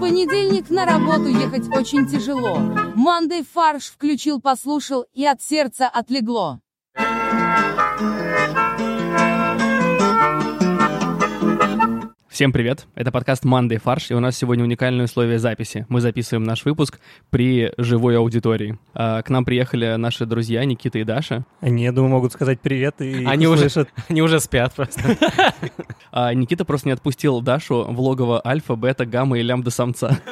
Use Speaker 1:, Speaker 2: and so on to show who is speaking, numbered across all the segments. Speaker 1: понедельник на работу ехать очень тяжело. Мандей фарш включил, послушал, и от сердца отлегло.
Speaker 2: Всем привет! Это подкаст «Мандай фарш», и у нас сегодня уникальные условия записи. Мы записываем наш выпуск при живой аудитории. А, К нам приехали наши друзья Никита и Даша.
Speaker 3: Они, я думаю, могут сказать привет и их
Speaker 4: Они уже-
Speaker 3: услышат.
Speaker 4: Они уже спят просто.
Speaker 2: А, Никита просто не отпустил Дашу в логово альфа, бета, гамма и лямбда самца.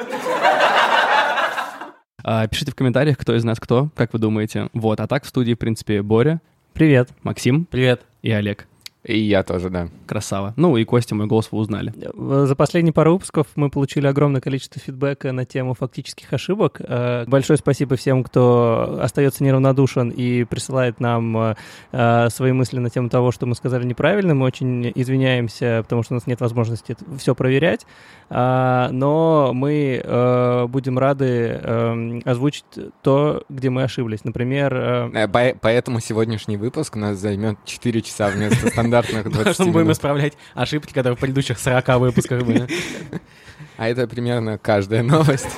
Speaker 2: А, Пишите в комментариях, кто из нас кто, как вы думаете. Вот, а так в студии, в принципе, Боря,
Speaker 3: Привет.
Speaker 2: Максим
Speaker 4: Привет.
Speaker 2: и Олег.
Speaker 5: И я тоже, да.
Speaker 2: Красава. Ну и Костя, мой голос вы узнали.
Speaker 3: В- За последние пару выпусков мы получили огромное количество фидбэка на тему фактических ошибок. Э, Большое спасибо всем, кто остается неравнодушен и присылает нам э, э, свои мысли на тему того, что мы сказали неправильно. Мы очень извиняемся, потому что у нас нет возможности все проверять. А, Но мы э, будем рады эм, озвучить то, где мы ошиблись. Например, э,
Speaker 5: Э, по- Поэтому сегодняшний выпуск нас займет 4 часа вместо стандартных 20
Speaker 4: Потом будем
Speaker 5: минут.
Speaker 4: исправлять ошибки, которые в предыдущих 40 выпусках были.
Speaker 5: А это примерно каждая новость.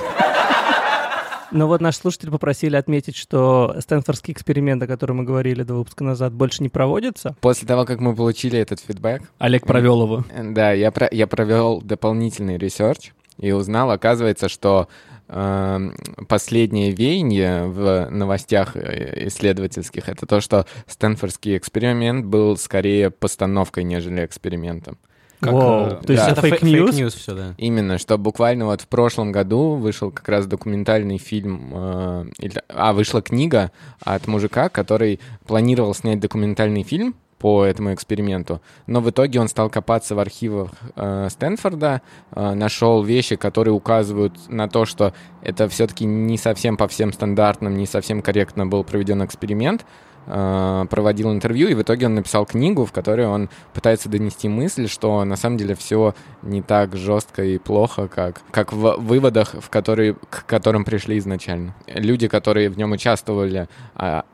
Speaker 3: Ну вот наши слушатели попросили отметить, что Стэнфордский эксперимент, о котором мы говорили два выпуска назад, больше не проводится.
Speaker 5: После того, как мы получили этот фидбэк,
Speaker 2: Олег провел его.
Speaker 5: э, да, я, про- я провел дополнительный ресерч и узнал, оказывается, что эм, последнее веяние в новостях э, исследовательских — это то, что Стэнфордский эксперимент был скорее постановкой, нежели экспериментом.
Speaker 2: Как,
Speaker 3: Воу.
Speaker 2: э,
Speaker 3: То есть
Speaker 5: да.
Speaker 3: это фейк-ньюс?
Speaker 4: ньюс все, да.
Speaker 5: Именно, что буквально вот в прошлом году вышел как раз документальный фильм, э, или- а вышла книга от мужика, который планировал снять документальный фильм по этому эксперименту, но в итоге он стал копаться в архивах э, Стэнфорда, э, нашел вещи, которые указывают на то, что это все-таки не совсем по всем стандартам, не совсем корректно был проведен эксперимент, э, проводил интервью, и в итоге он написал книгу, в которой он пытается донести мысль, что на самом деле все не так жестко и плохо, как, как в выводах, в которые, к которым пришли изначально. Люди, которые в нем участвовали, а,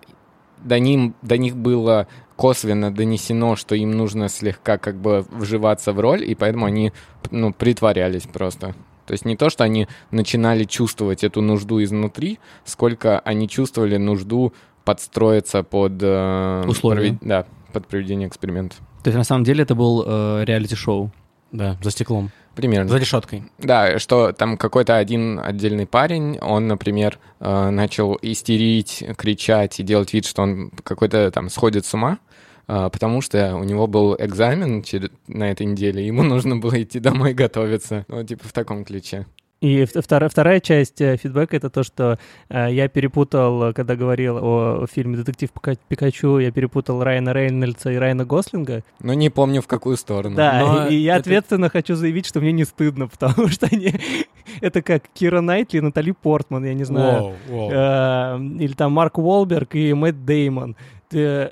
Speaker 5: до, ним, до них было косвенно донесено, что им нужно слегка как бы вживаться в роль, и поэтому они ну, притворялись просто. То есть не то, что они начинали чувствовать эту нужду изнутри, сколько они чувствовали нужду подстроиться под... э,
Speaker 2: Условия.
Speaker 5: провед- Да, под проведение эксперимента.
Speaker 2: То есть на самом деле это был э, реалити-шоу.
Speaker 4: Да, за стеклом.
Speaker 5: Примерно.
Speaker 4: За решеткой.
Speaker 5: Да, что там какой-то один отдельный парень, он, например, э, начал истерить, кричать и делать вид, что он какой-то там сходит с ума, э, потому что у него был экзамен чере- на этой неделе, и ему нужно было идти домой готовиться. Ну, типа в таком ключе.
Speaker 3: И вт- вторая, вторая часть э, фидбэка — это то, что э, я перепутал, э, когда говорил о фильме «Детектив Пика- Пикачу», я перепутал Райана Рейнольдса и Райана Гослинга.
Speaker 5: Но Ну, не помню, в какую сторону.
Speaker 3: Да,
Speaker 4: но
Speaker 3: и, и я
Speaker 4: это-
Speaker 3: ответственно хочу заявить, что мне не стыдно, потому что они... это как Кира Найтли и Натали Портман, я не знаю.
Speaker 4: Воу, воу.
Speaker 3: Э, Или там Марк Уолберг и Мэтт Деймон. Э,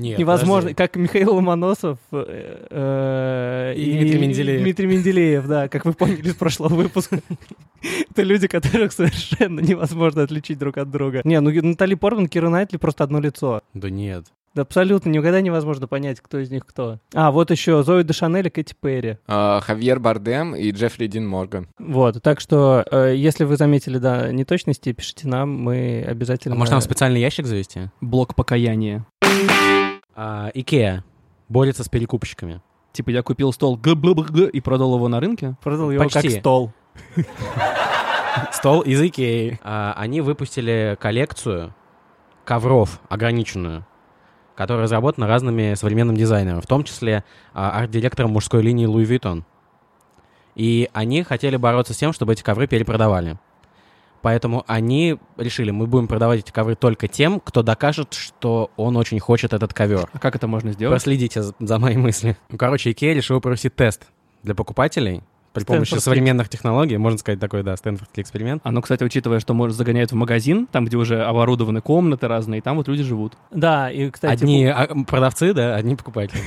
Speaker 4: Нет,
Speaker 3: Невозможно,
Speaker 4: подожди.
Speaker 3: как Михаил Ломоносов э, э,
Speaker 4: И Дмитрий Менделеев.
Speaker 3: Дмитрий Менделеев, да, как вы поняли из прошлого выпуска. Это люди, которых совершенно невозможно отличить друг от друга. Не, ну Натали Портман, Кира Найтли просто одно лицо.
Speaker 4: Да нет.
Speaker 3: Да абсолютно, никогда невозможно понять, кто из них кто. А, вот еще Зои де Шанель и Кэти Перри.
Speaker 5: Э, Хавьер Бардем и Джеффри Дин Морган.
Speaker 3: Вот, так что, э, если вы заметили, да, неточности, пишите нам, мы
Speaker 4: А
Speaker 3: обязательно...
Speaker 4: может нам специальный ящик завести?
Speaker 2: Блок покаяния.
Speaker 4: А, Икея борется с перекупщиками.
Speaker 2: Типа я купил стол г-бл-бл-г и продал его на рынке.
Speaker 3: Продал его как
Speaker 4: Почти.
Speaker 3: стол.
Speaker 4: Стол из Икеи. А, Они выпустили коллекцию ковров ограниченную, которая разработана разными современным дизайнером, в том числе а, арт-директором мужской линии Louis Vuitton. И они хотели бороться с тем, чтобы эти ковры перепродавали. Поэтому они решили, мы будем продавать эти ковры только тем, кто докажет, что он очень хочет этот ковер.
Speaker 2: А как это можно сделать?
Speaker 4: Проследите за- за мои мысли. Ну, короче, Икея решила провести тест для покупателей при помощи
Speaker 3: Стэнфордский.
Speaker 4: современных технологий, можно сказать, такой, да, Стэнфордский эксперимент.
Speaker 2: Оно, кстати, учитывая, что может загоняют в магазин, там, где уже оборудованы комнаты разные, и там вот люди живут.
Speaker 3: Да, и, кстати,
Speaker 4: одни а, м, продавцы, да, одни покупатели.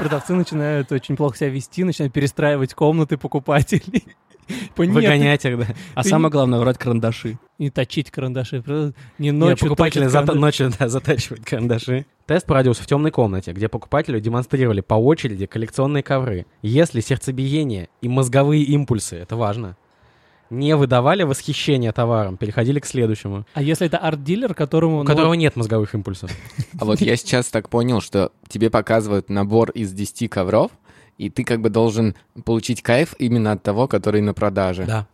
Speaker 3: продавцы начинают очень плохо себя вести, начинают перестраивать комнаты покупателей, типа нет.
Speaker 4: Выгонять их, да.
Speaker 2: А самое главное, врать карандаши.
Speaker 3: Не точить карандаши. просто Не
Speaker 4: Не,
Speaker 3: ночью
Speaker 4: покупатели
Speaker 3: точат
Speaker 4: зата-
Speaker 3: карандаши.
Speaker 4: ночью да, затачивают карандаши. Тест проводился в темной комнате, где покупателю демонстрировали по очереди коллекционные ковры. Если сердцебиение и мозговые импульсы, это важно, не выдавали восхищение товаром, переходили к следующему,
Speaker 3: А если это арт-дилер, которому...
Speaker 4: у
Speaker 3: ну,
Speaker 4: которого нет мозговых импульсов.
Speaker 5: А вот я сейчас так понял, что тебе показывают набор из 10 ковров, и ты как бы должен получить кайф именно от того, который на продаже.
Speaker 4: Да.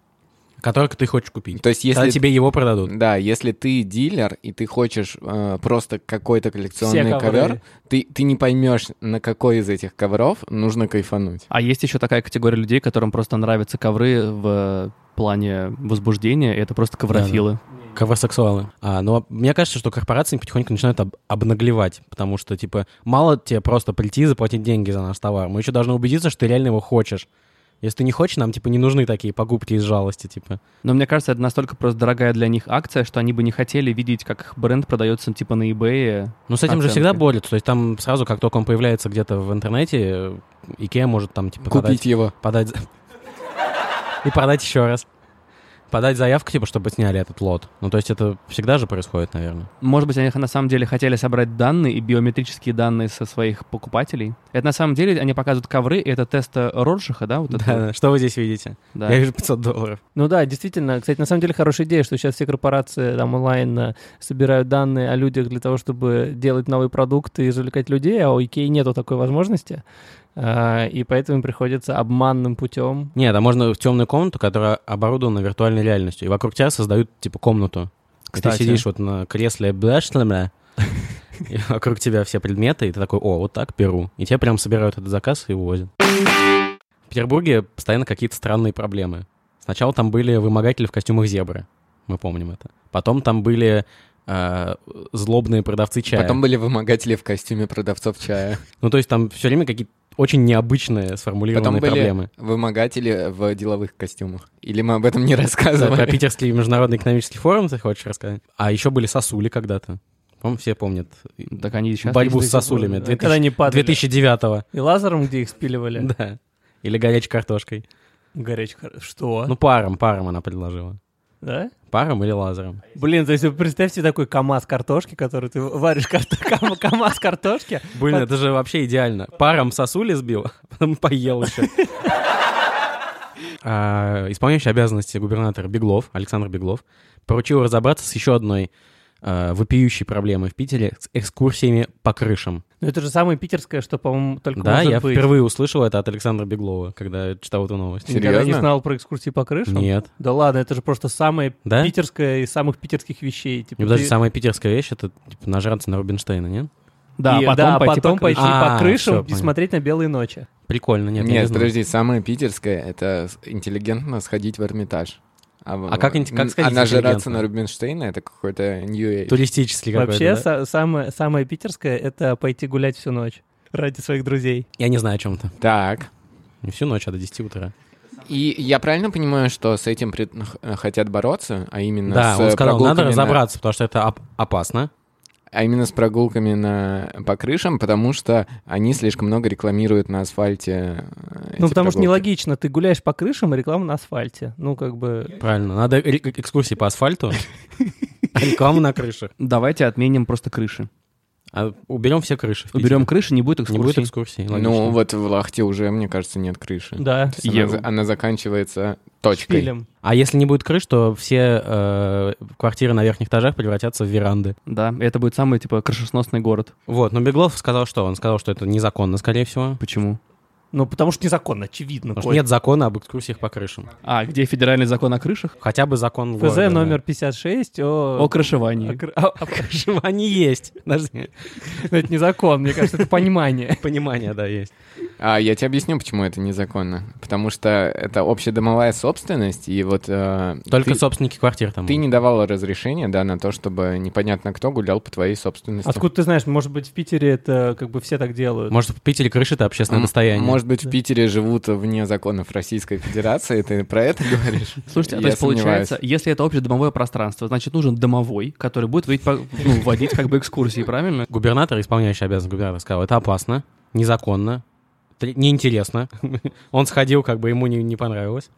Speaker 4: Который ты хочешь купить.
Speaker 5: Ну, То есть
Speaker 4: Если
Speaker 5: если...
Speaker 4: тебе его продадут.
Speaker 5: Да, если ты дилер, и ты хочешь э, просто какой-то коллекционный
Speaker 3: ковры.
Speaker 5: ковер, ты, ты не поймешь, на какой из этих ковров нужно кайфануть.
Speaker 2: А есть еще такая категория людей, которым просто нравятся ковры в э, плане возбуждения, и это просто коврофилы.
Speaker 4: Ковросексуалы. А, но мне кажется, что корпорации потихоньку начинают об- обнаглевать, потому что, типа, мало тебе просто прийти и заплатить деньги за наш товар. Мы еще должны убедиться, что ты реально его хочешь. Если ты не хочешь, нам, типа, не нужны такие покупки из жалости, типа.
Speaker 2: Но мне кажется, это настолько просто дорогая для них акция, что они бы не хотели видеть, как их бренд продается типа на eBay.
Speaker 4: Ну, с этим же
Speaker 2: Оценки.
Speaker 4: всегда борются. То есть там сразу, как только он появляется где-то в интернете, Икея может там, типа,
Speaker 5: Купить его.
Speaker 4: подать... Подать... за- И продать еще раз. Подать заявку, типа, чтобы сняли этот лот. Ну, то есть это всегда же происходит, наверное.
Speaker 2: Может быть, они на самом деле хотели собрать данные и биометрические данные со своих покупателей. Это на самом деле они показывают ковры, и это тест э, Роджиха, да? Вот это вот?
Speaker 4: Да, что вы здесь видите?
Speaker 2: Да.
Speaker 4: Я вижу 500 долларов.
Speaker 3: Ну да, действительно. Кстати, на самом деле хорошая идея, что сейчас все корпорации там онлайн э, собирают данные о людях для того, чтобы делать новые продукты и завлекать людей, а у Икеи нету такой возможности. А, И поэтому им приходится обманным путем.
Speaker 4: Нет, а можно в темную комнату, которая оборудована виртуальной реальностью. И вокруг тебя создают, типа, комнату. И
Speaker 2: Кстати.
Speaker 4: Ты сидишь вот на кресле бля и вокруг тебя все предметы, и ты такой, о, вот так беру. И тебе прям собирают этот заказ и увозят. В Петербурге постоянно какие-то странные проблемы. Сначала там были вымогатели в костюмах зебры. Мы помним это. Потом там были э, злобные продавцы чая.
Speaker 5: Потом были вымогатели в костюме продавцов чая.
Speaker 4: Ну, то есть там все время какие-то очень необычные
Speaker 5: Потом
Speaker 4: сформулированные
Speaker 5: были
Speaker 4: проблемы.
Speaker 5: вымогатели в деловых костюмах. Или мы об этом не
Speaker 4: Да,
Speaker 5: рассказывали?
Speaker 4: про Питерский международный экономический форум ты хочешь рассказать? А еще были сосули когда-то. По-моему, все помнят.
Speaker 2: Так они сейчас...
Speaker 4: Борьбу
Speaker 2: есть
Speaker 4: с
Speaker 2: до сих
Speaker 4: сосулями.
Speaker 3: Да, Когда они падали.
Speaker 4: 2009
Speaker 3: И лазером, где их спиливали.
Speaker 4: Да. Или горячей картошкой.
Speaker 3: Горячка. Что?
Speaker 4: Ну, паром, паром она предложила.
Speaker 3: Да?
Speaker 4: Паром или лазером.
Speaker 3: Блин, то есть вы представьте такой КАМАЗ картошки, который ты варишь карто- кам- КАМАЗ картошки.
Speaker 4: Блин, это же вообще идеально. Паром сосули сбил, а потом поел еще. А, Исполняющий обязанности губернатора Беглов, Александр Беглов, поручил разобраться с еще одной а, вопиющей проблемой в Питере с экскурсиями по крышам.
Speaker 3: Ну это же самое питерское, что, по-моему, только
Speaker 4: Да,
Speaker 3: может
Speaker 4: я
Speaker 3: быть.
Speaker 4: впервые услышал это от Александра Беглова, когда читал эту новость.
Speaker 5: Серьезно?
Speaker 3: Никогда не знал про экскурсии по крышам?
Speaker 4: Нет.
Speaker 3: Да ладно, это же просто самое
Speaker 4: Да?
Speaker 3: питерское из самых питерских вещей. Типа,
Speaker 4: И даже
Speaker 3: ты-
Speaker 4: самая питерская вещь — это типа, нажраться на Рубинштейна, нет?
Speaker 2: Да,
Speaker 3: и-
Speaker 2: потом,
Speaker 3: да,
Speaker 2: пойти
Speaker 3: потом
Speaker 2: по крыше.
Speaker 3: пойти по
Speaker 4: А, всё,
Speaker 3: крышам и
Speaker 4: понял.
Speaker 3: смотреть на белые ночи.
Speaker 4: Прикольно, нет, я не
Speaker 5: Нет,
Speaker 4: знал.
Speaker 5: подожди, самое питерское — это с- интеллигентно сходить в Эрмитаж. А, в-
Speaker 4: А как ин- как
Speaker 5: н-
Speaker 4: сходить
Speaker 5: А нажираться
Speaker 4: интеллигентно?
Speaker 5: на Рубинштейна — это какой-то New Age.
Speaker 4: Туристический какой-то,
Speaker 3: Вообще,
Speaker 4: да?
Speaker 3: са- самое, самое питерское — это пойти гулять всю ночь ради своих друзей.
Speaker 4: Я не знаю о чем-то.
Speaker 5: Так.
Speaker 4: Не всю ночь, а до 10 утра.
Speaker 5: И я правильно понимаю, что с этим пред- х- хотят бороться, а именно
Speaker 4: да,
Speaker 5: с
Speaker 4: он
Speaker 5: э,
Speaker 4: сказал, надо
Speaker 5: прогулками на-
Speaker 4: разобраться, потому что это оп- опасно.
Speaker 5: а именно с прогулками на, по крышам, потому что они слишком много рекламируют на асфальте. э,
Speaker 3: ну,
Speaker 5: эти
Speaker 3: потому что
Speaker 5: прогулки.
Speaker 3: нелогично. Ты гуляешь по крышам, и реклама на асфальте. Ну, как бы...
Speaker 4: Правильно, надо ре- экскурсии по асфальту, рекламу на крышах.
Speaker 2: Давайте отменим просто крыши.
Speaker 4: А уберем все крыши. в Питере.
Speaker 2: Уберем крыши, не будет
Speaker 4: Не
Speaker 2: экскурсий.
Speaker 4: будет экскурсий,
Speaker 5: Ну,
Speaker 4: логично.
Speaker 5: вот в Лахте уже, мне кажется, нет крыши.
Speaker 3: Да,
Speaker 5: То есть Она,
Speaker 2: Я-
Speaker 5: за- она заканчивается точкой.
Speaker 3: шпилем.
Speaker 4: А если не будет крыш, то все э, квартиры на верхних этажах превратятся в веранды.
Speaker 2: Да, это будет самый, типа, крышесносный город.
Speaker 4: Вот, но Беглов сказал что? Он сказал, что это незаконно, скорее всего.
Speaker 2: Почему?
Speaker 3: Ну, потому что незаконно, очевидно.
Speaker 4: Потому что
Speaker 3: Коль.
Speaker 4: нет закона об экскурсиях по крышам.
Speaker 2: А, где федеральный закон о крышах?
Speaker 4: Хотя бы закон
Speaker 3: ФЗ
Speaker 4: города, да.
Speaker 3: номер 56 о...
Speaker 2: О крышевании.
Speaker 3: кр- о- о-
Speaker 4: Они есть. Подожди.
Speaker 3: Ну, это не закон, мне кажется, это понимание.
Speaker 4: Понимание, да, есть.
Speaker 5: А я тебе объясню, почему это незаконно. Потому что это общедомовая собственность, и вот э,
Speaker 4: Только
Speaker 5: ты,
Speaker 4: собственники квартир там.
Speaker 5: ты не давала разрешения, да, на то, чтобы непонятно кто гулял по твоей собственности.
Speaker 3: Откуда ты знаешь, может быть, в Питере это как бы все так делают.
Speaker 4: Может, в Питере крыши это общественное достояние.
Speaker 5: Может быть,
Speaker 3: Да.
Speaker 5: в Питере живут вне законов Российской Федерации, ты про это говоришь?
Speaker 2: Слушайте, а то
Speaker 5: Я
Speaker 2: есть получается,
Speaker 5: сомневаюсь.
Speaker 2: если это общедомовое пространство, значит нужен домовой, который будет водить, по- ну, водить как бы экскурсии, правильно?
Speaker 4: Губернатор, исполняющий обязанность губернатора, сказал, это опасно, незаконно, тр- неинтересно. Он сходил, как бы ему не, не понравилось.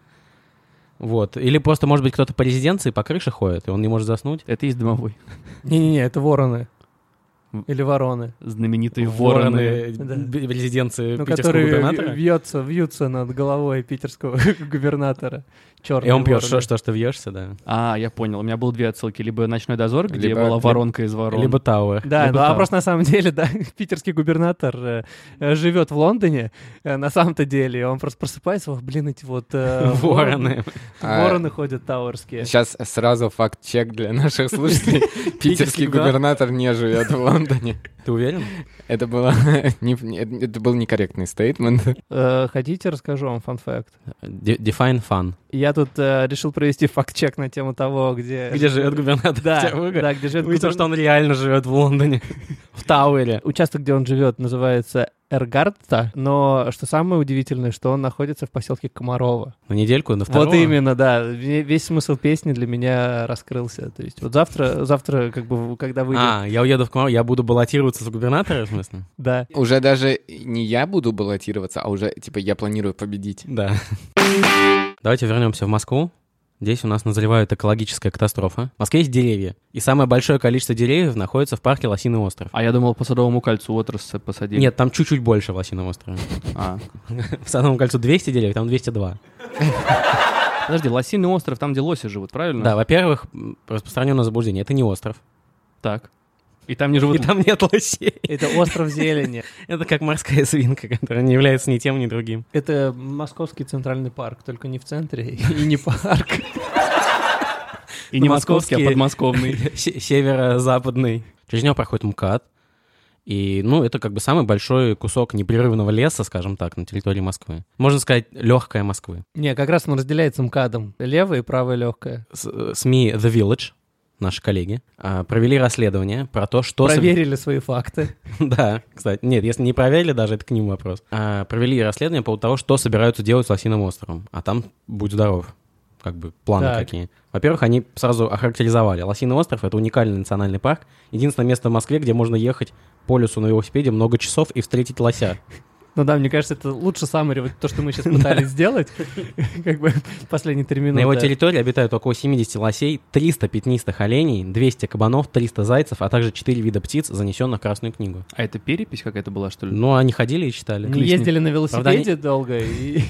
Speaker 4: Вот. Или просто, может быть, кто-то по резиденции по крыше ходит, и он не может заснуть.
Speaker 2: Это и есть домовой.
Speaker 3: Не-не-не, это вороны. Или вороны.
Speaker 2: Знаменитые вороны.
Speaker 3: Да.
Speaker 4: б- в резиденции
Speaker 3: Ну,
Speaker 4: питерского
Speaker 3: которые
Speaker 4: губернатора.
Speaker 3: вьются, вьются над головой питерского губернатора. Черный
Speaker 4: И он пьет, что, что ж ты вьешься, да.
Speaker 2: А, я понял. У меня было две отсылки. Либо «Ночной дозор», где
Speaker 5: Либо-
Speaker 2: была
Speaker 5: либо-
Speaker 2: воронка из ворон.
Speaker 4: Либо Тауэр.
Speaker 3: Да,
Speaker 2: Либо
Speaker 3: ну, а
Speaker 2: так.
Speaker 3: просто на самом деле, да, питерский губернатор э, э, живет в Лондоне, э, на самом-то деле, и он просто просыпается, «Ох, блин, эти вот э,
Speaker 4: Вороны.
Speaker 5: А,
Speaker 3: вороны ходят тауэрские.
Speaker 5: Сейчас сразу факт-чек для наших слушателей. Питерский губернатор не живет в Лондоне.
Speaker 4: Ты уверен?
Speaker 5: Это было не- это был некорректный стейтмент.
Speaker 3: Э, хотите, расскажу вам фан-факт?
Speaker 4: Де- Define fun.
Speaker 3: Я тут э, решил провести факт-чек на тему того, где...
Speaker 4: Где живет губернатор
Speaker 3: Да,
Speaker 4: Петербурга?
Speaker 3: да, где живет
Speaker 4: Выяснилось,
Speaker 3: губернатор.
Speaker 4: что он реально живет в Лондоне. В Тауэре.
Speaker 3: Участок, где он живет, называется Эргардта, но что самое удивительное, что он находится в поселке Комарова.
Speaker 4: На недельку, на второго.
Speaker 3: Вот именно, да. Ве- Весь смысл песни для меня раскрылся. То есть вот завтра, завтра, как бы, когда выйдет,
Speaker 4: А, я уеду в Комаров, я буду баллотироваться за губернатора, в смысле?
Speaker 3: да.
Speaker 5: Уже даже не я буду баллотироваться, а уже, типа, я планирую победить.
Speaker 4: Да. Давайте вернемся в Москву. Здесь у нас назревает экологическая катастрофа. В Москве есть деревья, и самое большое количество деревьев находится в парке Лосиный остров.
Speaker 2: А я думал, по Садовому кольцу отрасль посадили.
Speaker 4: Нет, там чуть-чуть больше в Лосином острове.
Speaker 2: А.
Speaker 4: В Садовом кольцу 200 деревьев, там 202.
Speaker 2: Подожди, Лосиный остров, там, где лоси живут, правильно?
Speaker 4: Да, во-первых, м, распространенное заблуждение. Это не остров.
Speaker 2: Так. И там не живут...
Speaker 4: И там нет лосей.
Speaker 3: Это остров зелени.
Speaker 4: Это как морская свинка, которая не является ни тем, ни другим.
Speaker 3: Это московский центральный парк, только не в центре и не парк.
Speaker 2: И не московский, а
Speaker 4: московские.
Speaker 2: подмосковный.
Speaker 4: Се- Северо-западный. Через него проходит МКАД. И, ну, это как бы самый большой кусок непрерывного леса, скажем так, на территории Москвы. Можно сказать, легкая Москвы.
Speaker 3: Не, как раз он разделяется МКАДом. Левое и правое легкое.
Speaker 4: С- э, СМИ The Village, наши коллеги, а, провели расследование про то, что... сов-
Speaker 3: Проверили свои факты.
Speaker 4: Да, кстати. Нет, если не проверили даже, это к ним вопрос. А, провели расследование по поводу того, что собираются делать с Лосиным островом. А там, будь здоров, как бы планы
Speaker 3: Так.
Speaker 4: какие. Во-первых, они сразу охарактеризовали. Лосиный остров — это уникальный национальный парк. Единственное место в Москве, где можно ехать по лесу на велосипеде много часов и встретить лося.
Speaker 3: Ну да, мне кажется, это лучше саммари, вот то, что мы сейчас пытались сделать. Как бы последние три минуты.
Speaker 4: На его территории обитают около 70 лосей, 300 пятнистых оленей, 200 кабанов, 300 зайцев, а также 4 вида птиц, занесенных в Красную книгу.
Speaker 2: А это перепись какая-то была, что ли?
Speaker 4: Ну, они ходили и читали.
Speaker 3: Не Ну, ездили на велосипеде
Speaker 4: Правда,
Speaker 3: долго. и-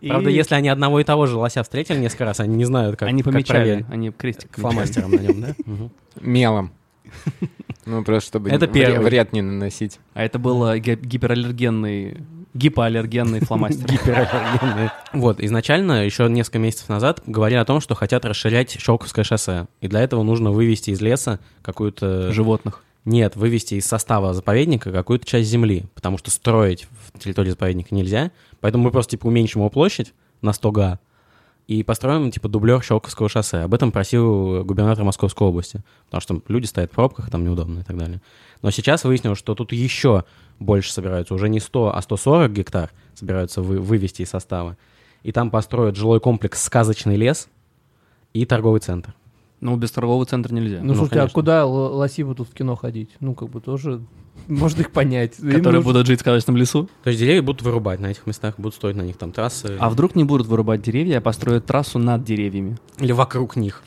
Speaker 3: и-
Speaker 4: Правда, если они одного и того же лося встретили несколько раз, они не знают, как
Speaker 2: Они
Speaker 4: как
Speaker 2: помечали,
Speaker 4: проверить.
Speaker 2: они крестик помечали.
Speaker 4: Фломастером на нем, да?
Speaker 5: Мелом. Ну, просто чтобы
Speaker 4: Это
Speaker 5: вре-
Speaker 4: первый.
Speaker 5: вред не наносить.
Speaker 2: А это был э, ги- гипераллергенный, гипоаллергенный фломастер.
Speaker 4: Гипераллергенные. Вот, изначально, еще несколько месяцев назад, говорили о том, что хотят расширять Щелковское шоссе. И для этого нужно вывести из леса какую-то...
Speaker 2: Животных.
Speaker 4: Нет, вывести из состава заповедника какую-то часть земли, потому что строить в территории заповедника нельзя. Поэтому мы просто, типа, уменьшим его площадь на 100 га и построим, типа, дублер Щелковского шоссе. Об этом просил губернатор Московской области, потому что люди стоят в пробках, там неудобно и так далее. Но сейчас выяснилось, что тут еще больше собираются. Уже не 100, а 140 гектар собираются вы- вывести из состава. И там построят жилой комплекс «Сказочный лес» и торговый центр.
Speaker 2: Ну, без торгового центра нельзя.
Speaker 3: Ну,
Speaker 4: Ну,
Speaker 3: слушайте, а
Speaker 4: конечно.
Speaker 3: куда л- лоси будут в кино ходить? Ну, как бы тоже можно их понять. Им
Speaker 2: Которые
Speaker 3: нужно-
Speaker 2: будут жить в сказочном лесу.
Speaker 4: То есть деревья будут вырубать на этих местах, будут строить на них там трассы.
Speaker 2: А вдруг не будут вырубать деревья, а построят трассу над деревьями?
Speaker 4: Или вокруг них.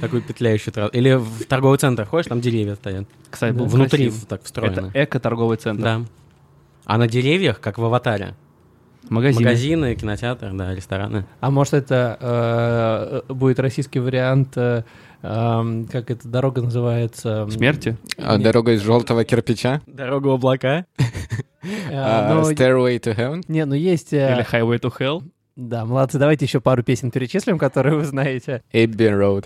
Speaker 4: Такой петляющий трасс. Или в торговый центр ходишь, там деревья стоят.
Speaker 2: Кстати, было
Speaker 4: Внутри
Speaker 2: красиво.
Speaker 4: так
Speaker 2: Это
Speaker 4: встроено.
Speaker 2: эко-торговый центр.
Speaker 4: Да. А на деревьях, как в аватаре,
Speaker 2: Магазин.
Speaker 4: магазины, кинотеатр, да, рестораны.
Speaker 3: А может, это э, будет российский вариант, э, эм, как эта дорога называется?
Speaker 2: Смерти.
Speaker 5: А, Дорога из желтого кирпича.
Speaker 4: Дорога в облака.
Speaker 3: Э,
Speaker 5: А,
Speaker 3: ну,
Speaker 5: Stairway to Heaven.
Speaker 3: Не, ну есть... э,
Speaker 2: Или Highway to Hell.
Speaker 3: Да, молодцы, давайте еще пару песен перечислим, которые вы знаете.
Speaker 5: Abbey Road.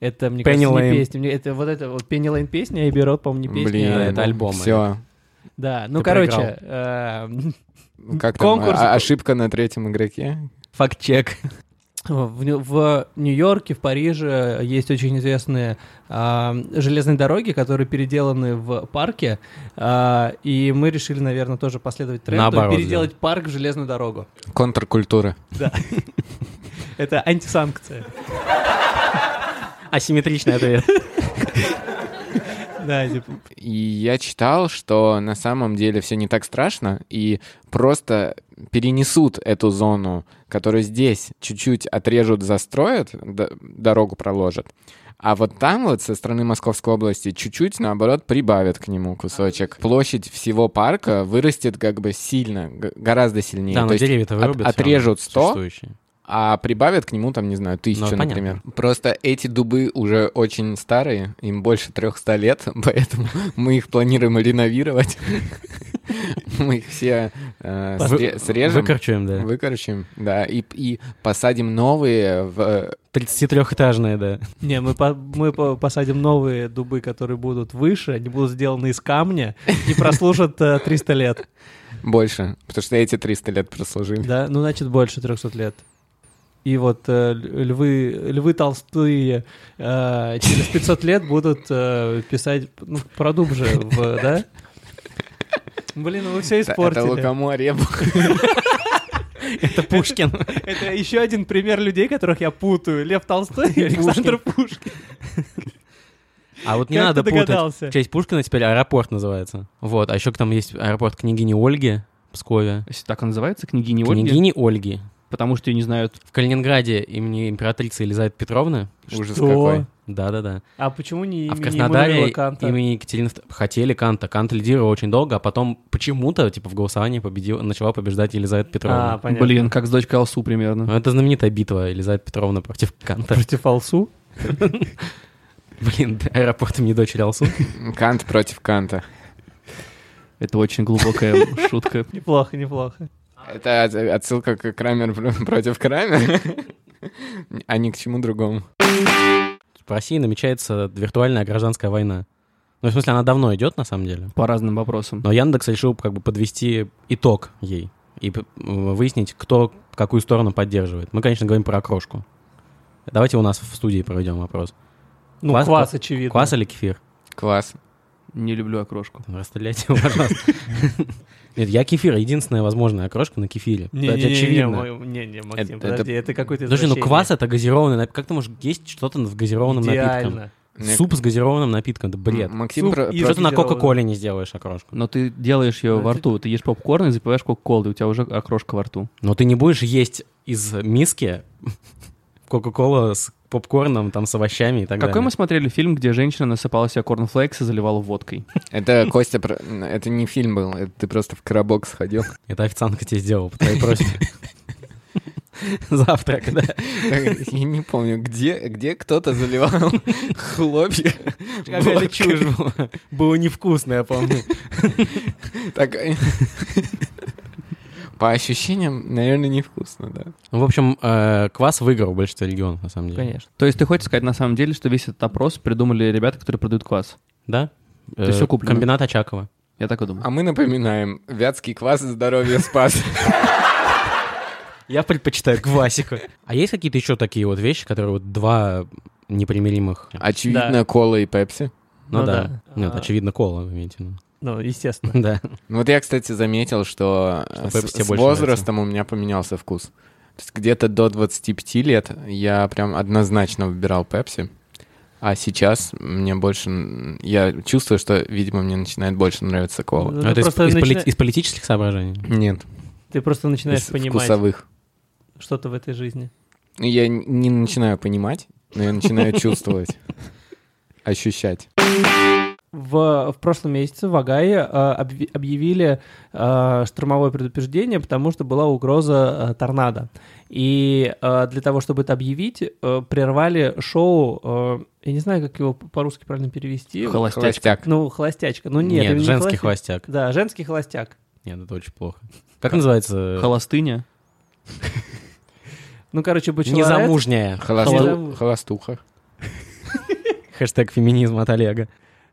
Speaker 3: Это, мне
Speaker 4: Penny
Speaker 3: кажется,
Speaker 4: Lane.
Speaker 3: не песня. Мне- Это вот это вот Пенни Лейн песня, Эбби Рот, по-моему, не песня.
Speaker 5: Блин,
Speaker 4: Да, это альбом,
Speaker 5: Все.
Speaker 3: Да, ну,
Speaker 4: Ты
Speaker 3: короче, э,
Speaker 5: Как там,
Speaker 3: Конкурс.
Speaker 5: а- ошибка на третьем игроке?
Speaker 4: Факт-чек.
Speaker 3: В, Ню- в Нью-Йорке, в Париже есть очень известные а, железные дороги, которые переделаны в парке, А, и мы решили, наверное, тоже последовать тренду и
Speaker 4: Наоборот,
Speaker 3: переделать парк в железную дорогу.
Speaker 5: Контркультура.
Speaker 3: Это антисанкция.
Speaker 4: Асимметричный ответ.
Speaker 3: Да, типа,
Speaker 5: И я читал, что на самом деле все не так страшно, и просто перенесут эту зону, которую здесь чуть-чуть отрежут, застроят, д- дорогу проложат. А вот там вот со стороны Московской области чуть-чуть, наоборот, прибавят к нему кусочек. Площадь всего парка вырастет как бы сильно, г- гораздо сильнее.
Speaker 4: Да,
Speaker 5: То
Speaker 4: но
Speaker 5: есть
Speaker 4: деревья-то
Speaker 5: от-
Speaker 4: вырубят. всё
Speaker 5: отрежут
Speaker 4: равно
Speaker 5: 100,
Speaker 4: существующие.
Speaker 5: а прибавят к нему, там, не знаю,
Speaker 4: Ну,
Speaker 5: тысячу,
Speaker 4: понятно.
Speaker 5: например. Просто эти дубы уже очень старые, им больше 300 лет, поэтому мы их планируем реновировать. Мы их все э,
Speaker 4: Вы-
Speaker 5: сре- срежем,
Speaker 4: Выкорчуем, да.
Speaker 5: выкорчим, да, и и посадим новые в... э,
Speaker 4: 33-этажные, да.
Speaker 3: Не, мы, по- мы по- посадим новые дубы, которые будут выше, они будут сделаны из камня и прослужат э, 300 лет.
Speaker 5: Больше, потому что эти 300 лет прослужили.
Speaker 3: Да, ну значит больше 300 лет. И вот э, ль- львы, львы толстые э, через 500 лет будут э, писать ну, про дуб же, в, да? Блин, ну вы все
Speaker 5: Это, это
Speaker 3: испортили.
Speaker 5: лукоморье.
Speaker 4: Это Пушкин.
Speaker 3: Это еще один пример людей, которых я путаю. Лев Толстой и Александр Пушкин.
Speaker 4: А вот не
Speaker 3: Как
Speaker 4: надо
Speaker 3: ты
Speaker 4: путать.
Speaker 3: догадался?
Speaker 4: В честь Пушкина теперь аэропорт называется. Вот, а еще там есть аэропорт княгини Ольги в Пскове.
Speaker 2: Если так он называется, княгини Ольги,
Speaker 4: Княгини Ольги.
Speaker 2: потому что ее не знают.
Speaker 4: В Калининграде имени императрицы Елизаветы Петровны.
Speaker 5: Ужас
Speaker 3: Что?
Speaker 5: какой.
Speaker 4: Да-да-да.
Speaker 3: А почему не
Speaker 4: А в
Speaker 3: имени
Speaker 4: Краснодаре
Speaker 3: Иммануила Канта? А,
Speaker 4: имени Екатерины Вт- хотели Канта. Кант лидировал очень долго, а потом почему-то, типа, в голосовании победил, начала побеждать Елизавета
Speaker 3: А,
Speaker 4: Петровна.
Speaker 3: понятно.
Speaker 2: Блин, как с дочкой Алсу примерно.
Speaker 4: Ну, это знаменитая битва Елизавета Петровна против Канта.
Speaker 3: Против Алсу?
Speaker 4: Блин, да, аэропорт мне дочь Алсу.
Speaker 5: Кант против Канта.
Speaker 2: Это очень глубокая шутка.
Speaker 3: Неплохо, неплохо.
Speaker 5: Это от- отсылка к Крамер против Крамер, а не к чему другому.
Speaker 4: В России намечается виртуальная гражданская война. Ну, в смысле, она давно идет, на самом деле.
Speaker 2: По разным вопросам.
Speaker 4: Но Яндекс решил как бы подвести итог ей и п- м, выяснить, кто какую сторону поддерживает. Мы, конечно, говорим про окрошку. Давайте у нас в студии проведем вопрос.
Speaker 3: Ну,
Speaker 4: Квас-
Speaker 3: квас, очевидно.
Speaker 4: Квас или кефир?
Speaker 5: Класс.
Speaker 2: Не люблю окрошку.
Speaker 4: Расстреляйте его, пожалуйста. Нет, я кефир. Единственная возможная окрошка на кефире.
Speaker 3: не,
Speaker 4: Это
Speaker 3: не, не,
Speaker 4: очевидно.
Speaker 3: Не, не, не, Максим,
Speaker 5: Это-
Speaker 3: подожди, это, какой-то
Speaker 4: Подожди, ну
Speaker 3: извращение.
Speaker 4: квас это газированный нап- Как ты можешь есть что-то в газированном напитке?
Speaker 3: Идеально.
Speaker 5: Мне-
Speaker 4: Суп с газированным напитком, это бред.
Speaker 5: М- Максим
Speaker 3: Суп
Speaker 5: про-
Speaker 3: и
Speaker 5: про-
Speaker 4: Что ты на
Speaker 3: Газированный.
Speaker 4: Кока-Коле не сделаешь окрошку?
Speaker 2: Но ты делаешь ее
Speaker 3: Ну,
Speaker 2: во
Speaker 3: это-
Speaker 2: рту. Ты ешь попкорн и запиваешь кока-колу, и у тебя уже окрошка во рту.
Speaker 4: Но ты не будешь есть из миски Кока-кола с попкорном, там, с овощами и так
Speaker 2: Какой
Speaker 4: далее.
Speaker 2: мы смотрели фильм, где женщина насыпала себе корнфлейкс и заливала водкой?
Speaker 5: Это Костя, про- это не фильм был, это ты просто в коробок сходил.
Speaker 4: Это официантка тебе сделала по твоей просьбе. Завтрак, да.
Speaker 5: Так, Я не помню, где, где кто-то заливал хлопья.
Speaker 4: Какая-то чушь была. Было невкусно, я помню.
Speaker 5: Так, э, По ощущениям, наверное, невкусно, да.
Speaker 4: Ну, В общем, э, квас выиграл большинство регионов, на самом деле.
Speaker 2: Конечно. То есть ты хочешь сказать на самом деле, что весь этот опрос придумали ребята, которые продают квас?
Speaker 4: Да?
Speaker 2: То есть
Speaker 4: Э,
Speaker 2: всё куплено.
Speaker 4: Комбинат Очакова.
Speaker 2: Я так и думал.
Speaker 5: А мы напоминаем, вятский квас здоровье спас.
Speaker 4: Я предпочитаю квасику. А есть какие-то еще такие вот вещи, которые вот два непримиримых?
Speaker 5: Очевидно, кола и пепси.
Speaker 4: Ну
Speaker 3: ну
Speaker 4: да.
Speaker 3: да.
Speaker 4: Нет,
Speaker 3: А.
Speaker 4: очевидно, кола, вы имеете в виду.
Speaker 3: Ну, естественно.
Speaker 4: Да.
Speaker 5: Ну Вот я, кстати, заметил, что,
Speaker 4: Что
Speaker 5: э, с,
Speaker 4: Пепси тебе
Speaker 5: с
Speaker 4: больше
Speaker 5: возрастом у меня поменялся вкус. То есть где-то до 25 лет я прям однозначно выбирал Пепси. А сейчас мне больше... н- Я чувствую, что, видимо, мне начинает больше нравиться кола.
Speaker 3: Ну,
Speaker 4: Ну,
Speaker 3: ты,
Speaker 4: это из,
Speaker 3: просто
Speaker 4: из поли-
Speaker 3: начина-
Speaker 4: из политических соображений.
Speaker 5: Нет,
Speaker 3: ты просто начинаешь
Speaker 5: из
Speaker 3: понимать
Speaker 5: вкусовых.
Speaker 3: что-то в этой жизни.
Speaker 5: Ну, Я н- не начинаю понимать, но я начинаю чувствовать, ощущать.
Speaker 3: В, в прошлом месяце в Огайо э, объ- объявили э, штормовое предупреждение, потому что была угроза э, торнадо. И э, для того, чтобы это объявить, э, прервали шоу, э, я не знаю, как его по- по-русски правильно перевести.
Speaker 2: Холостячка.
Speaker 5: Холостяк.
Speaker 3: Ну, холостячка. Ну, нет,
Speaker 4: Нет,
Speaker 3: это не
Speaker 4: женский
Speaker 3: холостя-
Speaker 4: хвостяк.
Speaker 3: Да, женский холостяк.
Speaker 4: Нет, это очень плохо. Как называется?
Speaker 2: Холостыня.
Speaker 3: Ну, короче, бачелорет.
Speaker 4: Незамужняя.
Speaker 5: Холосту-
Speaker 3: Холо-
Speaker 5: Холостуха.
Speaker 4: Хэштег феминизм от Олега.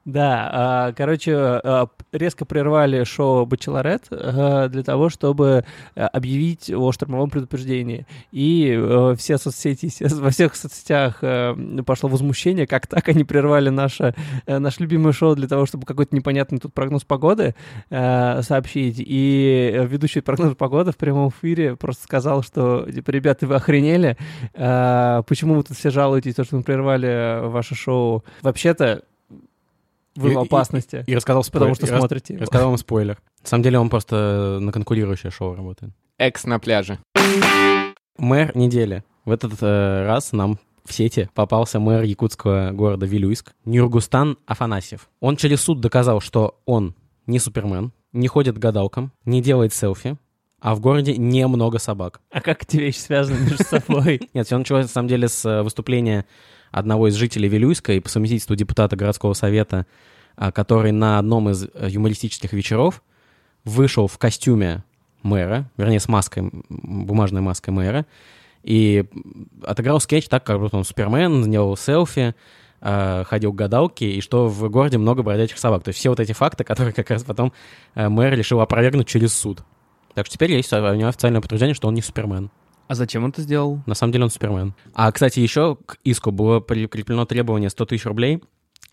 Speaker 3: Да, а, короче, а, п- резко прервали шоу «Бачелорет» а, для того, чтобы а, объявить о штормовом предупреждении. И э, все соцсети, все- во всех соцсетях э, пошло возмущение, как так они прервали наше, э, наше любимое шоу для того, чтобы какой-то непонятный тут прогноз погоды э, сообщить. И э, ведущий прогноз погоды в прямом эфире просто сказал, что, типа, ребята, вы охренели, Э, почему вы тут все жалуетесь, то, что мы прервали э, ваше шоу. Вообще-то Вы
Speaker 4: И-
Speaker 3: в
Speaker 4: и-
Speaker 3: опасности,
Speaker 4: И рассказал спойлер.
Speaker 3: потому что
Speaker 4: и рас-
Speaker 3: смотрите его.
Speaker 4: Рассказал вам спойлер. На самом деле он просто на конкурирующее шоу работает.
Speaker 5: Экс на пляже.
Speaker 4: Мэр недели. В этот э, раз нам в сети попался мэр якутского города Вилюйск Нюргустан Афанасьев. Он через суд доказал, что он не Супермен, не ходит к гадалкам, не делает селфи, а в городе немного собак.
Speaker 3: А как эти вещи связаны между собой?
Speaker 4: Нет, все началось на самом деле с э, выступления одного из жителей Вилюйска и по совместительству депутата городского совета, а, который на одном из э, юмористических вечеров вышел в костюме мэра, вернее, с маской, м, бумажной маской мэра, и м, отыграл скетч так, как будто он Супермен, сделал селфи, э, ходил к гадалке, и что в городе много бродячих собак. То есть все вот эти факты, которые как раз потом э, мэр решил опровергнуть через суд. Так что теперь есть э, у него официальное подтверждение, что он не Супермен.
Speaker 2: А зачем он это сделал?
Speaker 4: На самом деле он Супермен. А, кстати, еще к иску было прикреплено требование 100 тысяч рублей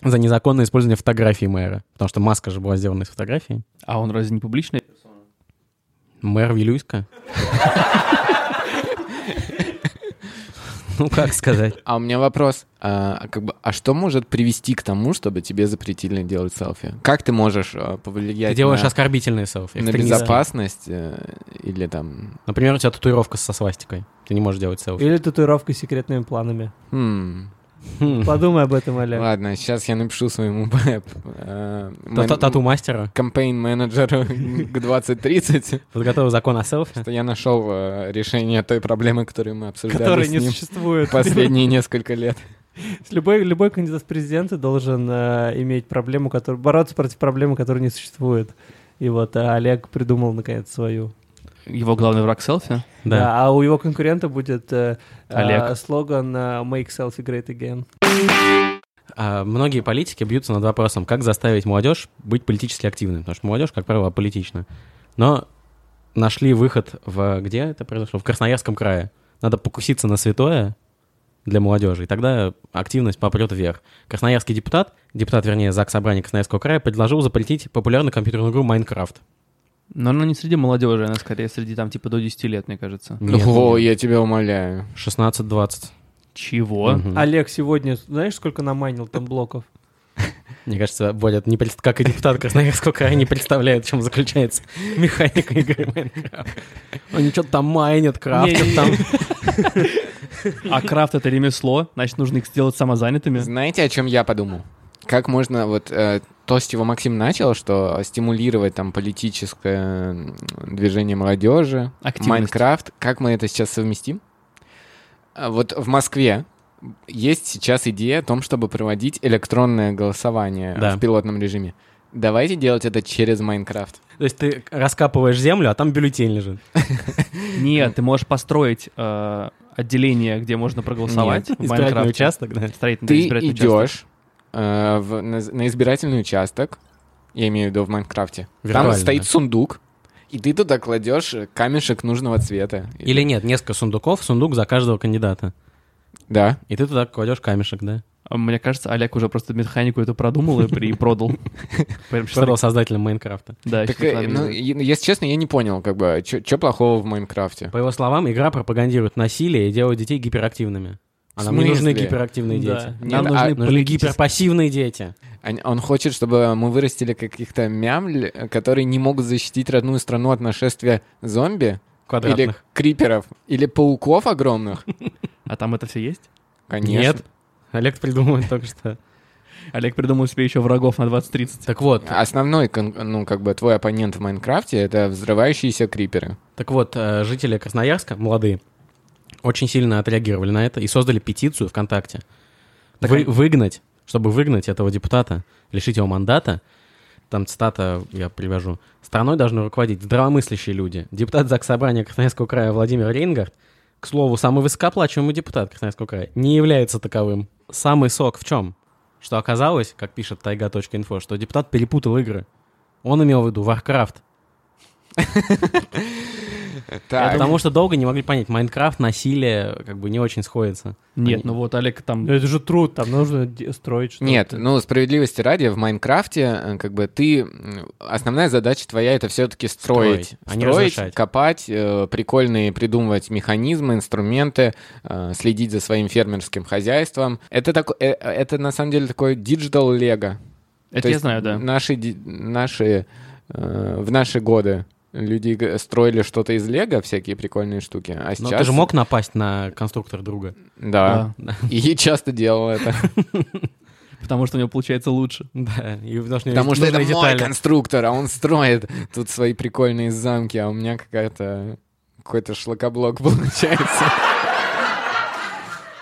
Speaker 4: за незаконное использование фотографии мэра. Потому что маска же была сделана из фотографии.
Speaker 2: А он разве не публичный?
Speaker 4: Мэр Вилюйска. Ну, как сказать?
Speaker 5: А у меня вопрос. А, как бы, а что может привести к тому, чтобы тебе запретили делать селфи? Как ты можешь а, повлиять
Speaker 4: Ты делаешь
Speaker 5: на,
Speaker 4: оскорбительные селфи.
Speaker 5: на
Speaker 4: экстремистские.
Speaker 5: безопасность э, или там...
Speaker 4: Например, у тебя татуировка со свастикой. Ты не можешь делать
Speaker 5: Э,
Speaker 4: селфи.
Speaker 3: Или татуировка с секретными планами.
Speaker 5: Хм,
Speaker 4: Хм.
Speaker 3: Подумай об этом, Оля.
Speaker 5: Ладно, сейчас я напишу своему бэп, э, мен-
Speaker 4: Та- Тату-мастера.
Speaker 5: кампейн-менеджеру к 2030,
Speaker 4: Подготовил закон о селфи.
Speaker 5: что я нашел э, решение той проблемы, которую мы обсуждали
Speaker 3: Которые
Speaker 5: с
Speaker 3: не
Speaker 5: ним
Speaker 3: существует.
Speaker 5: последние несколько лет.
Speaker 3: Любой, любой кандидат в президенты должен э, иметь проблему, которую, бороться против проблемы, которая не существует. И вот а Олег придумал наконец свою.
Speaker 2: Его главный враг селфи?
Speaker 4: Да.
Speaker 3: а у его конкурента будет э, э,
Speaker 2: Олег.
Speaker 3: слоган э, Make selfie great again.
Speaker 4: А, Многие политики бьются над вопросом, как заставить молодежь быть политически активной, потому что молодежь, как правило, политична. Но нашли выход в... Где это произошло? В Красноярском крае. Надо покуситься на святое для молодежи, и тогда активность попрет вверх. Красноярский депутат, депутат, вернее, ЗАГС Собрания Красноярского края, предложил запретить популярную компьютерную игру «Майнкрафт».
Speaker 2: Но она не среди молодежи, она скорее среди там типа до 10 лет, мне кажется.
Speaker 4: Нет,
Speaker 5: О,
Speaker 4: нет.
Speaker 5: я тебя умоляю.
Speaker 4: 16-20.
Speaker 2: Чего?
Speaker 4: Мгм.
Speaker 3: Олег сегодня, знаешь, сколько наманил там блоков?
Speaker 4: Мне кажется, Бодя, не пред- как и депутат Красноярского края, не представляет, в чем заключается механика игры Майнкрафт. Они что-то там майнят, крафтят там.
Speaker 2: А крафт это ремесло, значит, нужно их сделать самозанятыми.
Speaker 5: Знаете, о чем я подумал? Как можно вот э, то, с чего Максим начал, что стимулировать там политическое м, движение молодежи,
Speaker 2: Активность.
Speaker 5: Майнкрафт, как мы это сейчас совместим? А Вот в Москве есть сейчас идея о том, чтобы проводить электронное голосование
Speaker 4: Да.
Speaker 5: в пилотном режиме. Давайте делать это через Майнкрафт.
Speaker 4: То есть ты раскапываешь землю, а там бюллетень лежит.
Speaker 2: Нет, ты можешь построить э, отделение, где можно проголосовать в
Speaker 4: Избирательный
Speaker 2: Майнкрафте.
Speaker 4: участок, да.
Speaker 2: Строительный, да,
Speaker 5: Ты
Speaker 2: избирательный участок.
Speaker 5: идешь э, в- на, на избирательный участок, я имею в виду в Майнкрафте.
Speaker 4: Виртуально.
Speaker 5: Там стоит сундук, и ты туда кладешь э, камешек нужного цвета.
Speaker 4: Или нет, несколько сундуков, сундук за каждого кандидата.
Speaker 5: Да.
Speaker 4: И ты туда кладешь камешек, да.
Speaker 2: А Мне кажется, Олег уже просто механику эту продумал и при- и продал. Прям сейчас
Speaker 4: Продал создателям Майнкрафта.
Speaker 2: Да,
Speaker 5: Так,
Speaker 2: сейчас
Speaker 5: э, ну,
Speaker 2: рекламирую.
Speaker 5: е- если честно, я не понял, как бы, что плохого в Майнкрафте.
Speaker 4: По его словам, игра пропагандирует насилие и делает детей гиперактивными. А нам не
Speaker 5: В
Speaker 4: нужны
Speaker 5: смысле?
Speaker 4: гиперактивные
Speaker 3: Да.
Speaker 4: дети.
Speaker 2: Нам
Speaker 5: нет,
Speaker 2: нужны
Speaker 5: а-
Speaker 4: Нужны
Speaker 2: политические-
Speaker 4: гиперпассивные дети.
Speaker 5: Он, он хочет, чтобы мы вырастили каких-то мямль, э, которые не могут защитить родную страну от нашествия зомби или
Speaker 4: Квадратных.
Speaker 5: криперов, или пауков огромных.
Speaker 2: А там это все есть?
Speaker 5: Конечно.
Speaker 4: Нет. Олег придумал только что.
Speaker 2: Олег придумал себе еще врагов на 20-30.
Speaker 4: Так вот,
Speaker 5: Основной, кон- ну, как бы, твой оппонент в Майнкрафте — это взрывающиеся криперы.
Speaker 4: Так вот, э, жители Красноярска, молодые, очень сильно отреагировали на это и создали петицию ВКонтакте. Вы- Выгнать, чтобы выгнать этого депутата, лишить его мандата, там цитата я привожу, «Страной должны руководить здравомыслящие люди. Депутат ЗАГС Собрания Красноярского края Владимир Рейнгард, к слову, самый высокооплачиваемый депутат Красноярского края, не является таковым. Самый сок в чем? Что оказалось, как пишет тайга.инфо, что депутат перепутал игры. Он имел в виду Warcraft,
Speaker 5: Так,
Speaker 4: Потому что долго не могли понять, Майнкрафт, насилие как бы не очень сходится.
Speaker 2: Нет, ну вот Олег там...
Speaker 3: Ну, это же труд, там нужно де- строить что-то.
Speaker 5: Нет, ну справедливости ради, в Майнкрафте, э, как бы ты м, основная задача твоя это все-таки строить.
Speaker 4: Строить, а не разрушать.
Speaker 5: копать, э, прикольные придумывать механизмы, инструменты, э, следить за своим фермерским хозяйством. Это, тако- э, э, это на самом деле такой диджитал лего.
Speaker 2: Это
Speaker 5: То
Speaker 2: я
Speaker 5: есть
Speaker 2: знаю, да.
Speaker 5: Наши, ди- наши, э, в наши годы люди г- строили что-то из лего, всякие прикольные штуки, а
Speaker 4: Но
Speaker 5: сейчас...
Speaker 4: ты же мог напасть на конструктор друга.
Speaker 2: А.
Speaker 5: Да. И часто делал это.
Speaker 2: Потому что у него получается лучше.
Speaker 4: Да, и потому что, у него
Speaker 5: Потому
Speaker 4: есть
Speaker 5: что это
Speaker 4: нужные
Speaker 5: мой
Speaker 4: детали.
Speaker 5: конструктор, а он строит тут свои прикольные замки, а у меня какая-то какой-то шлакоблок получается.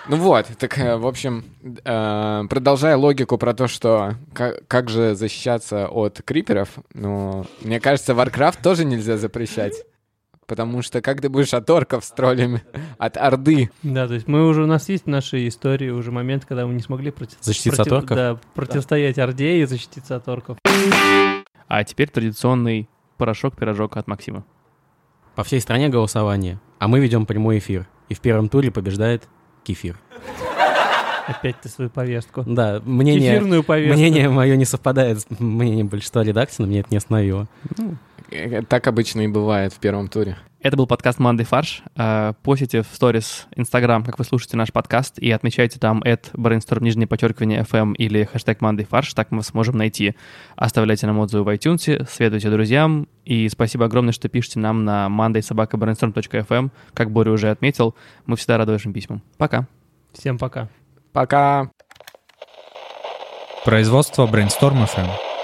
Speaker 5: Ну вот, так, э, в общем, э, продолжая логику про то, что ка- как же защищаться от криперов, ну, мне кажется, Warcraft тоже нельзя запрещать. Потому что как ты будешь от орков с троллями, от орды?
Speaker 3: Да, то есть мы уже, у нас есть в нашей истории уже момент, когда мы не смогли против...
Speaker 4: Защититься от
Speaker 3: против-
Speaker 4: орков?
Speaker 3: Да, противостоять Орде и защититься от орков.
Speaker 2: А теперь традиционный порошок-пирожок от Максима.
Speaker 4: По всей стране голосование, а мы ведем прямой эфир. И в первом туре побеждает кефир.
Speaker 3: Опять ты свою повестку.
Speaker 4: Да, мнение,
Speaker 3: Кефирную повестку.
Speaker 4: мнение мое не совпадает с мнением большинства редакций, но меня это не остановило.
Speaker 5: Э, Так обычно и бывает в первом туре.
Speaker 2: Это был подкаст «Манды фарш». Э, Постите в сторис Инстаграм, как вы слушаете наш подкаст, и отмечайте там at brainstorm, нижнее подчеркивание, FM или хэштег «Манды фарш», так мы сможем найти. Оставляйте нам отзывы в iTunes, следуйте друзьям, и спасибо огромное, что пишете нам на mandaysobakabrainstorm.fm. эм». Как Боря уже отметил, мы всегда рады вашим письмам. Пока.
Speaker 3: Всем пока.
Speaker 5: Пока.
Speaker 6: Производство Brainstorm FM.